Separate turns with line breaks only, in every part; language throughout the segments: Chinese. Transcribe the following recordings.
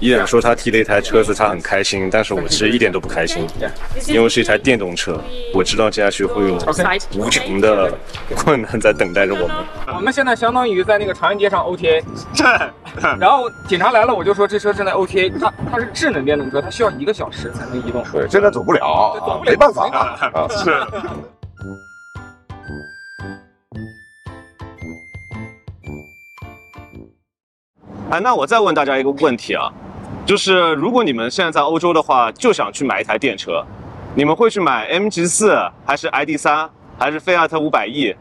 依然说他提了一台车子，他很开心，但是我其实一点都不开心，因为是一台电动车，我知道接下去会有无穷的困难在等待着我们。
我们现在相当于在那个长安街上 OTA，然 后警察来了，我就说这车正在 OTA，它它是智能电动车，它需要一个小时才能移动，
对，真的走不了，
对走不了
啊没办 法啊，是。
哎，那我再问大家一个问题啊，就是如果你们现在在欧洲的话，就想去买一台电车，你们会去买 MG 4还是 ID 3还是菲亚特五百 E？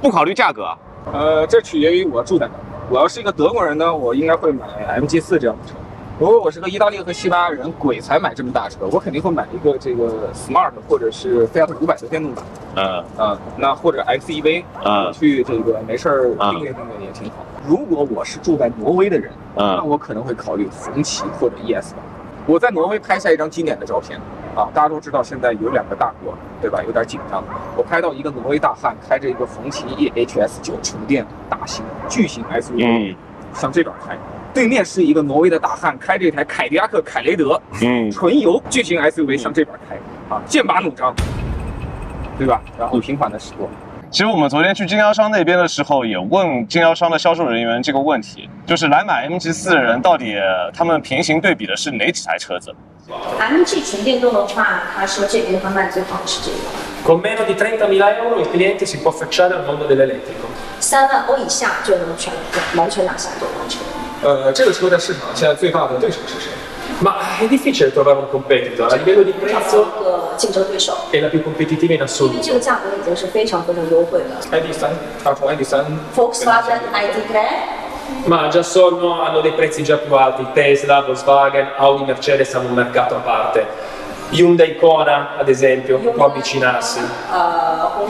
不考虑价格啊，
呃，这取决于我住在哪儿。我要是一个德国人呢，我应该会买 MG 4这样的车。如果我是个意大利和西班牙人，鬼才买这么大车，我肯定会买一个这个 Smart 或者是菲亚特五百的电动版
嗯
啊、那或者 XEV
嗯
去这个没事儿
啊
定位定位也挺好。如果我是住在挪威的人，那
嗯，
我可能会考虑红旗或者 ES 吧。我在挪威拍下一张经典的照片啊，大家都知道现在有两个大国，对吧？有点紧张。我拍到一个挪威大汉开着一个红旗 EHS 九纯电大型巨型 SUV，、
嗯
向这边开，对面是一个挪威的大汉开着一台凯迪拉克凯雷德
嗯
纯油巨型 SUV 向这边开，啊，剑拔弩张，对吧？
嗯
然后频繁的驶过。
其实我们昨天去经销商那边的时候，也问经销商的销售人员这个问题，就是来买 MG 4的人到底他们平行对比的是哪几台车子？
MG 纯电动的话，他说这边和慢最好是这个，
Con meno di 30.000 euro il cliente si può affacciare al mondo dell'elettrico.
三万欧以下就能全完全拿下电动车。
呃，
Eh,
这个车在市场现在最大的对手是谁？
Ma è difficile trovare un competitor, a livello di
找到
prezzo
一个竞争对手，
è la più competitiva in
因为这
assoluto.
个价格已经是非常非常优惠了。
ID 三，大众 ID 三
Volkswagen ID.3
Ma già sono, hanno dei prezzi già più alti, Tesla, Volkswagen, Audi, Mercedes hanno un mercato a parte. Hyundai Kona, ad esempio, può avvicinarsi.
呃，红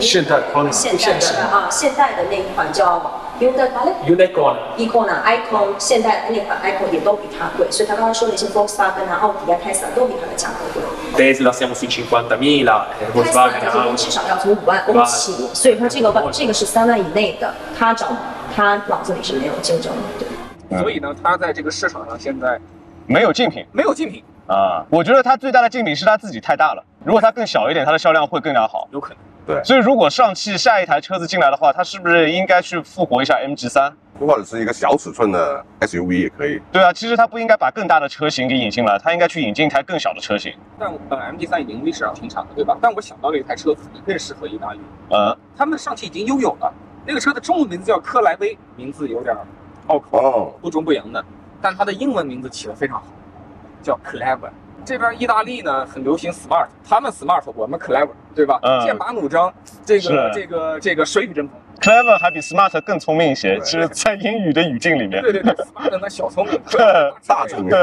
现代款
现代的啊，现代的那一款叫 Hyundai 哪里
Hyundai Kona,
Icon 啊，Icon 现代的那款 Icon 也都比它贵，所以他刚刚说的一些 Volkswagen 啊、奥迪啊、Tesla 都比它的价格贵。
Tesla siamo sui 50.000, eh,
开发
Volkswagen
的话
Audi.
至少要从五万欧起，所以说这个万这个是三万以内的，他找他脑子里是没有竞争的。对
嗯
所以呢，它在这个市场上现在
没有竞品
没有竞品，
啊，我觉得它最大的竞品是它自己太大了，如果它更小一点，它的销量会更加好。
有可能。
所以如果上汽下一台车子进来的话，它是不是应该去复活一下 MG 3
或者是一个小尺寸的 SUV 也可以。
对啊，其实它不应该把更大的车型给引进来，它应该去引进一台更小的车型。
但呃，MG 三已经 V 市场停产了，对吧？但我想到了一台车可能更适合意大利，
呃，
他们上汽已经拥有了。那个车的中文名字叫科莱威，名字有点拗口，
哦，
不中不洋的，但它的英文名字起得非常好，叫 Clever。这边意大利呢很流行 smart，他们 smart，我们 clever，对吧？
嗯
剑拔弩张，这个
是
这个这个水雨争锋。
Clever 还比 Smart 更聪明一些，
对
其实在英语的语境里面，
对 对对，smart 那小聪明，
大众
对，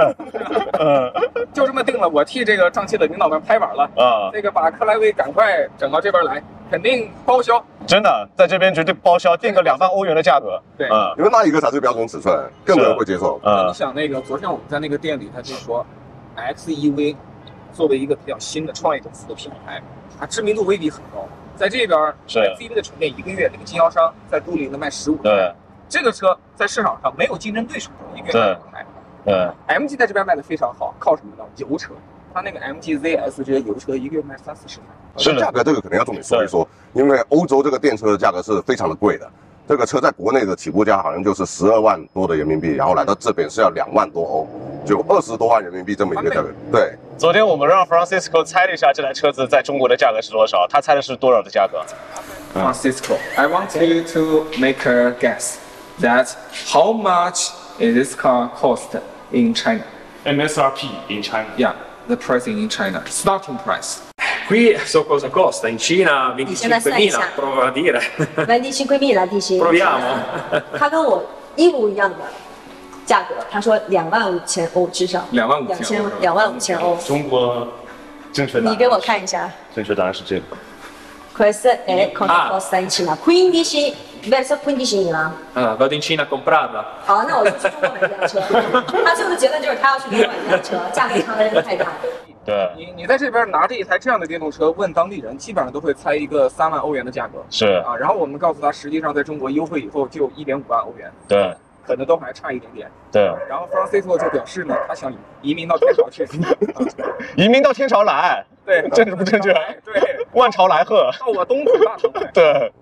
呃
就这么定了，我替这个上汽的领导们拍板了。
啊，
那个把克莱威赶快整到这边来，肯定包销。
真的在这边绝对包销，定个两万欧元的价格。
对
嗯
因为那一个才是标准尺寸，更多人会接受。
你
嗯
想那个昨天我们在那个店里，他就说，XEV 作为一个比较新的创业公司的品牌，它知名度未必很高。在这边
是啊
，XEV 的纯电一个月那个经销商在都灵能卖十五
对
台，这个车在市场上没有竞争对手，一个月卖五台。
嗯
MG 在这边卖的非常好，靠什么呢？油车，它那个 MG ZS 这些油车一个月卖三四十台。
是的
价格这个可能要重点说一说，因为欧洲这个电车的价格是非常的贵的。这个车在国内的起步价好像就是十二万多的人民币，然后来到这边是要两万多欧，就二十多万人民币这么一个价格。对，
昨天我们让 Francisco 猜了一下这台车子在中国的价格是多少，他猜的是多少的价格？
Francisco, I want you to make a guess that how much is this car cost in China?
MSRP in China.
Yeah, the pricing in China, starting price.
Qui so cosa costa, in Cina
Cina stessa.
25.000, provo a dire.
来地区闺蜜来地区，
Proviamo.
他跟我一模一样的价格，他说两万五千欧至少，两
25,000
千
欧
两万五千欧。
中国正确答
你
案，
给我看一下哎
正确答案是这个。
，questa è cosa costa in Cina quindici verso quindicimila。
Ah, vado in Cina a comprarla.
好，那我就去中国买一辆车。 他最后的结论就是他要去中国买一辆车，价格差的真的太大了。
对，
你你在这边拿着一台这样的电动车问当地人，基本上都会猜一个三万欧元的价格啊
是，
啊。然后我们告诉他，实际上在中国优惠以后就一点五万欧元。
对，
可能都还差一点点。
对，
然后 Francisco 就表示呢，他想移民到天朝去。
移民到天朝来，
对，
政治不正确，
对，
万朝来贺。
到我东土大唐来。
对，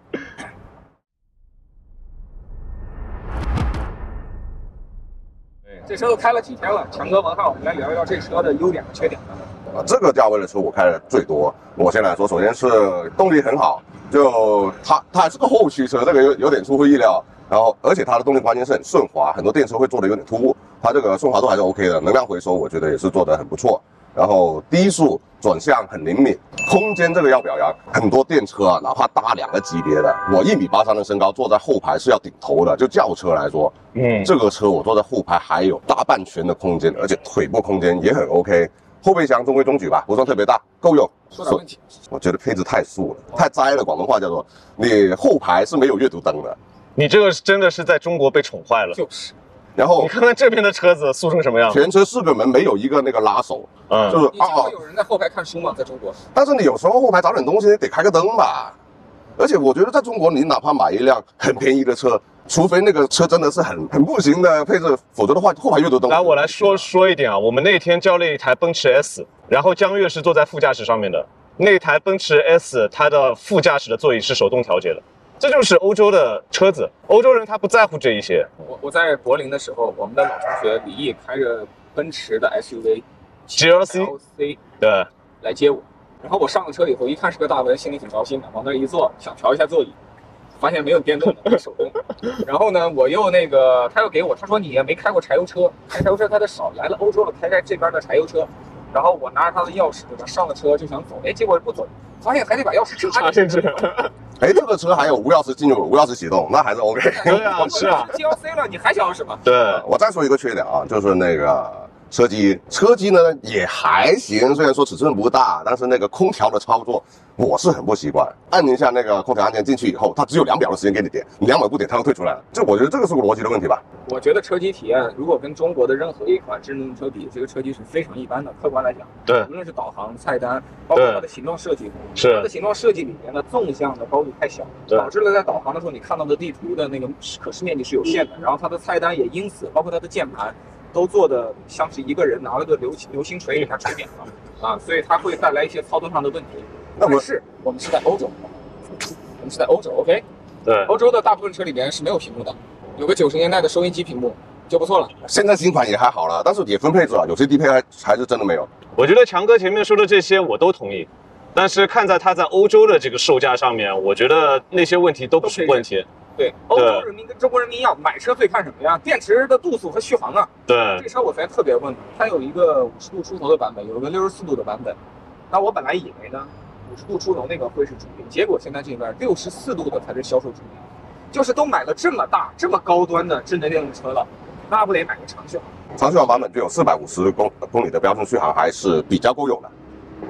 这车都开了几天了，强哥、文浩，我们来聊一聊这车的优点和缺点吧。
啊，这个价位的车我开的最多。我先来说，首先是动力很好，就它它还是个后驱车，这个有有点出乎意料。然后，而且它的动力空间是很顺滑，很多电车会做的有点突兀，它这个顺滑度还是 OK 的。能量回收我觉得也是做的很不错。然后低速转向很灵敏，空间这个要表扬。很多电车啊，哪怕搭两个级别的，我一米八三的身高坐在后排是要顶头的。就轿车来说，
嗯，
这个车我坐在后排还有大半拳的空间，而且腿部空间也很 OK。后备箱中规中矩吧，不算特别大，够用。
说点问题，
我觉得配置太素了，太栽了。广东话叫做你后排是没有阅读灯的。
你这个真的是在中国被宠坏了。
就是
然后
你看看这边的车子速成什么样？
全车四个门没有一个那个拉手，就
嗯，
是
你
啊
见过，有人在后排看书吗？在中国，
但是你有时候后排找点东西得开个灯吧。而且我觉得在中国，你哪怕买一辆很便宜的车，除非那个车真的是很很不行的配置，否则的话后排阅读灯。
来我来说说一点啊，我们那天交了一台奔驰 S，然后江月是坐在副驾驶上面的。那台奔驰 S 它的副驾驶的座椅是手动调节的，这就是欧洲的车子。欧洲人他不在乎这一些，
我我在柏林的时候，我们的老同学李毅开着奔驰的 SUV
GLC
LC
对，
来接我，然后我上了车以后，一看是个大文，心里挺高兴的，往那儿一坐，想调一下座椅，发现没有电动的，是手 动的。然后呢，我又那个，他又给我，他说你也没开过柴油车，开柴油车开的少，来了欧洲了，开开这边的柴油车。然后我拿着他的钥匙，我上了车就想走，哎，结果不走，发现还得把钥匙插
插
进
进
去
去。
哎，这个车还有无钥匙进入、无钥匙启动，那还是 OK。
对 啊是啊
GLC 了，你还想要什么？
对，
我再说一个缺点啊，就是那个车机，车机呢也还行，虽然说尺寸不大，但是那个空调的操作我是很不习惯。按一下那个空调按键进去以后，它只有两秒的时间给你点，你两秒不点它就退出来了。这我觉得这个是个逻辑的问题吧。
我觉得车机体验如果跟中国的任何一款智能车比，这个车机是非常一般的。客观来讲，
对
无论是导航、菜单，包括它的形状设计，
是
它的形状设计里面的纵向的高度太小，
对
导致了在导航的时候你看到的地图的那个可视面积是有限的。然后它的菜单也因此，包括它的键盘，都做的像是一个人拿了个流流星锤给它锤扁了啊，所以它会带来一些操作上的问题。
那我
但是我们是在欧洲，我们是在欧洲，OK。
对，
欧洲的大部分车里边是没有屏幕的，有个九十年代的收音机屏幕就不错了。
现在新款也还好了，但是也分配置啊，有些低配还还是真的没有。
我觉得强哥前面说的这些我都同意，但是看在他在欧洲的这个售价上面，我觉得那些问题都不是问题。
对，欧洲人民跟中国人民一样，买车最看什么呀？电池的度数和续航啊。
对
这车我才特别问，它有一个五十度出头的版本，有一个六十四度的版本。那我本来以为呢，五十度出头那个会是主力，结果现在这边六十四度的才是销售主力。就是都买了这么大、这么高端的智能电动车了，那不得买个长效？
长续航版本就有四百五十公公里的标准续航，还是比较够用的。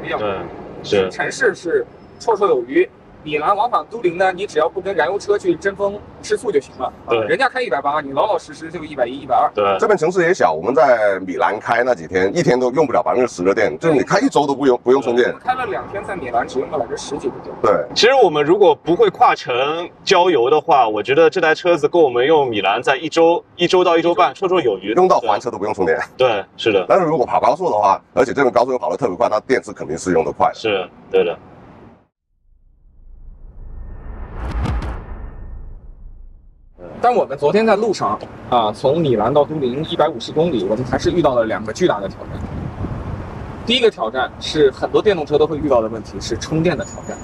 没有。
对，是
城市是绰绰有余。米兰往返都灵呢，你只要不跟燃油车去争锋吃醋就行了。啊
对
人家开一百八，你老老实实就一百一、一百二。
对
这边城市也小，我们在米兰开那几天，一天都用不了百分之十的电，就是你开一周都不用不用充
我
电
们。开了两天，在米兰只用了百分之十几的电。
对，
其实我们如果不会跨城郊游的话，我觉得这台车子够我们用米兰在一周、一周到一周半绰绰有余。
用到还车都不用充电。
对，是的，
但是如果跑高速的话，而且这种高速又跑得特别快，那电池肯定是用得快的。
是对的。
但我们昨天在路上啊，从米兰到都灵一百五十公里，我们还是遇到了两个巨大的挑战。第一个挑战是很多电动车都会遇到的问题，是充电的挑战。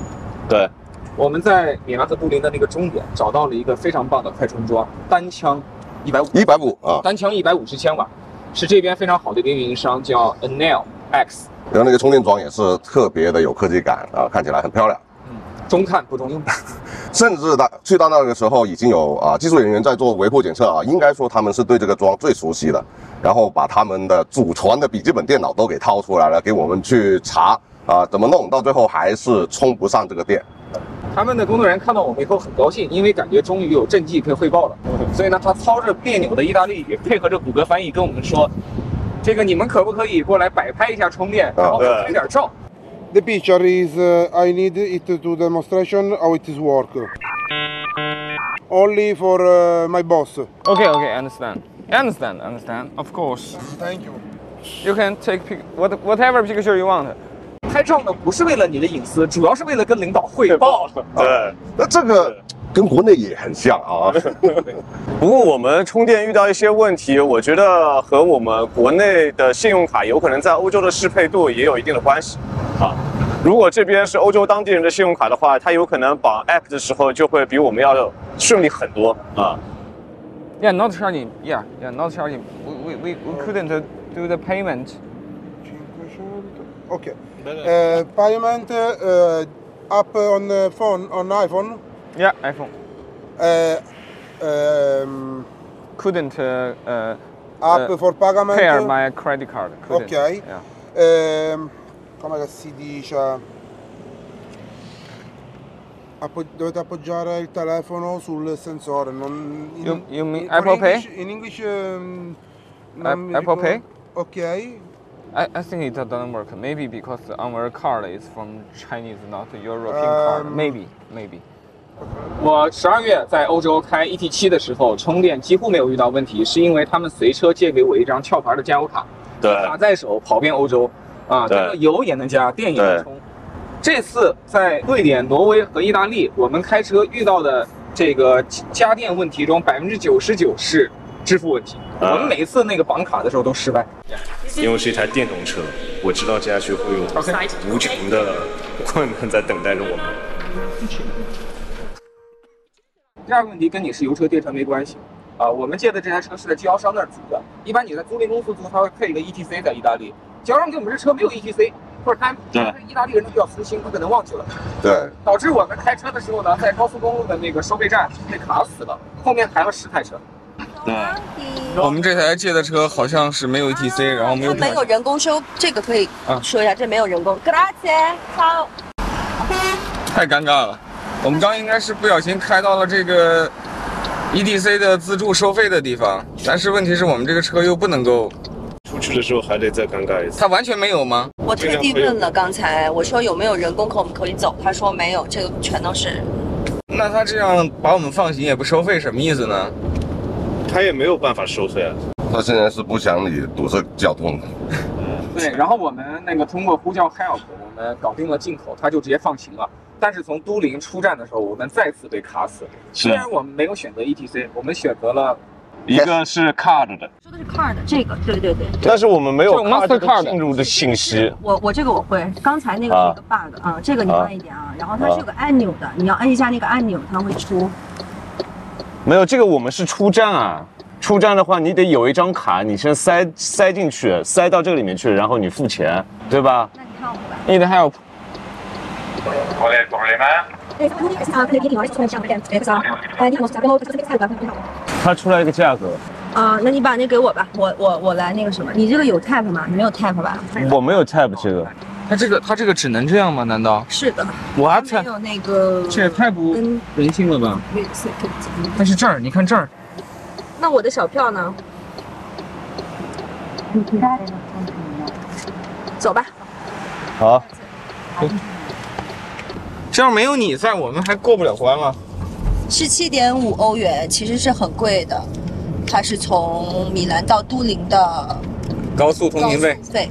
对，
我们在米兰和都灵的那个终点找到了一个非常棒的快充桩，单枪一百五
一百五啊，
单枪一百五十千瓦，是这边非常好的一个运营商，叫 Enel X。
然后那个充电桩也是特别的有科技感啊，看起来很漂亮。
中看不中用，
甚至到去到那个时候，已经有啊技术人员在做维护检测啊，应该说他们是对这个桩最熟悉的，然后把他们的祖传的笔记本电脑都给掏出来了，给我们去查啊怎么弄，到最后还是充不上这个电。
他们的工作人员看到我们以后很高兴，因为感觉终于有政绩可以汇报了。所以呢，他操着别扭的意大利语，配合着谷歌翻译跟我们说：“这个你们可不可以过来摆拍一下充电，然后拍点照
The picture is uh, I need it to demonstration how it is work. only for uh, my boss.
Okay, okay, understand. Understand, understand. Of course.
Thank you.
You can take pic what whatever picture you want.
拍照呢不是为了你的隐私，主要是为了跟领导汇报。
嗯对。
那这个跟国内也很像啊。
不过我们充电遇到一些问题，我觉得和我们国内的信用卡有可能在欧洲的适配度也有一定的关系啊。如果这边是欧洲当地人的信用卡的话，它有可能绑 App 的时候就会比我们要顺利很多啊。
Yeah, not charging. Yeah, yeah, not charging. We, we, we, we couldn't uh, do the payment.
500. Okay. Uh, payment uh, up on uh, phone on iPhone.
Yeah, iPhone.
Uh, um,
Couldn't uh, uh,
up
Uh,
for payment.
pair my credit card. Couldn't.
Ok.
Yeah.
Ehm, come che si dice? Appo- dovete appoggiare il telefono sul sensore. Non, in,
You- you mean
in-
Apple
con English-
Pay?
In English. ehm, non
App-
mi
Apple
ricordo.
Pay?
Ok.
I, I think it doesn't work. Maybe because our card is from Chinese, not European card.
Um,
Maybe, maybe.
我十二月在欧洲开 ET 7的时候，充电几乎没有遇到问题，是因为他们随车借给我一张壳牌的加油卡，
对
卡在手跑遍欧洲，啊，这
对
个油也能加，电也
对
能充。这次在瑞典、挪威和意大利，我们开车遇到的这个家电问题中，百分之九十九是支付问题。我
啊
们每次那个绑卡的时候都失败。
因为是一台电动车，我知道接下去会有无穷的困难在等待着我们。
第二个问题跟你是油车电车没关系，啊，我们借的这台车是在经销商那儿租的，一般你在租赁公司租，他会配一个 ETC 在意大利，经销商给我们这车没有 ETC，或者他
对
他意大利人都比较粗心，他可能忘记了，
对，
导致我们开车的时候呢，在高速公路的那个收费站被卡死了，后面排了十台车，
对，
我们这台借的车好像是没有 ETC，然后没有
它啊没有人工收，这个可以
啊
说一下，这没有人工。Grazie，好，
太尴尬了。我们刚应该是不小心开到了这个 EDC 的自助收费的地方，但是问题是我们这个车又不能够，
出去的时候还得再尴尬一次。
它完全没有吗？
我特地问了刚才，我说有没有人工可我们可以走，他说没有，这个全都是
那他这样把我们放行也不收费，什么意思呢？
他也没有办法收费啊。
他现在是不想你堵塞交通，
对，然后我们那个通过呼叫 help，我们搞定了进口，他就直接放行了。但是从都灵出站的时候，我们再次被卡死。
是
虽然我们没有选择 ETC，我们选择了
一个是 card 的，
说的是 card 这个，对对对。
但是我们没有
就 Mastercard
进入的信息。
我我这个我会，刚才那个是一个 bug 啊，这个你慢一点啊。然后它是有个按钮的，你要按一下那个按钮，它会出。
没有这个，我们是出站啊。出站的话，你得有一张卡，你先塞塞进去，塞到这个里面去，然后你付钱，对吧？
那你看我吧。
Need help？
哎
它出来一个价格，
啊，那你把那给我吧，我我我来那个什么，你这个有 tap 吗？你没有 tap 吧？
我没有 tab 这个，
他这个他这个只能这样吗？难道
是的，
我还
没有嗯那个。
这也太不
跟
人性了吧？但是这儿，你看这儿，
那我的小票呢？走吧，
好，
这要没有你在，我们还过不了关吗？
十七点五欧元，其实是很贵的。它是从米兰到都灵的
高速通
高
行
速
费，
费。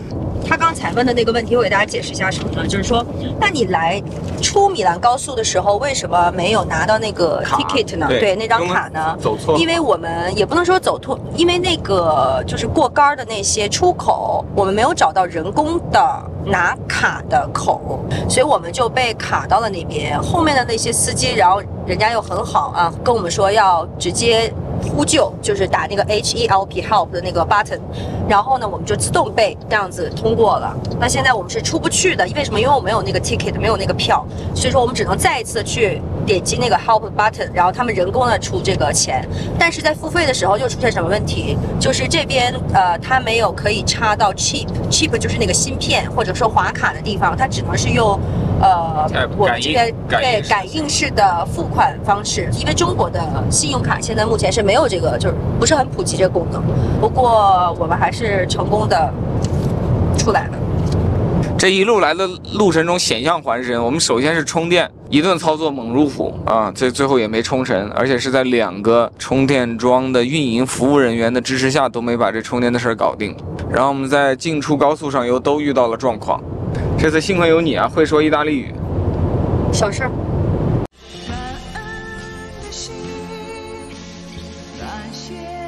他刚才问的那个问题，我给大家解释一下什么呢？就是说，那你来出米兰高速的时候，为什么没有拿到那个 ticket 呢？
对
那张卡呢？
走错了
因为我们也不能说走错，因为那个就是过杆儿的那些出口，我们没有找到人工的拿卡的口，所以我们就被卡到了那边。后面的那些司机，然后人家又很好啊，跟我们说要直接呼救，就是打那个 H E L P help 的那个 button，然后呢，我们就自动被这样子通过了。那现在我们是出不去的，为什么？因为我没有那个 ticket，没有那个票，所以说我们只能再一次去点击那个 help button，然后他们人工的出这个钱。但是在付费的时候又出现什么问题？就是这边呃，它没有可以插到 chip，chip 就是那个芯片或者说划卡的地方，它只能是用。呃
感，
我们这边
感应
对
式
感应式的付款方式，因为中国的信用卡现在目前是没有这个，就是不是很普及这个功能。不过我们还是成功的出来了。
这一路来的路程中险象环生。我们首先是充电，
一顿操作猛如虎啊，最最后也没冲沉，而且是在两个充电桩的运营服务人员的支持下都没把这充电的事儿搞定。然后我们在进出高速上又都遇到了状况，这次幸亏有你啊，会说意大利语。
小事儿。
感恩的心，感谢。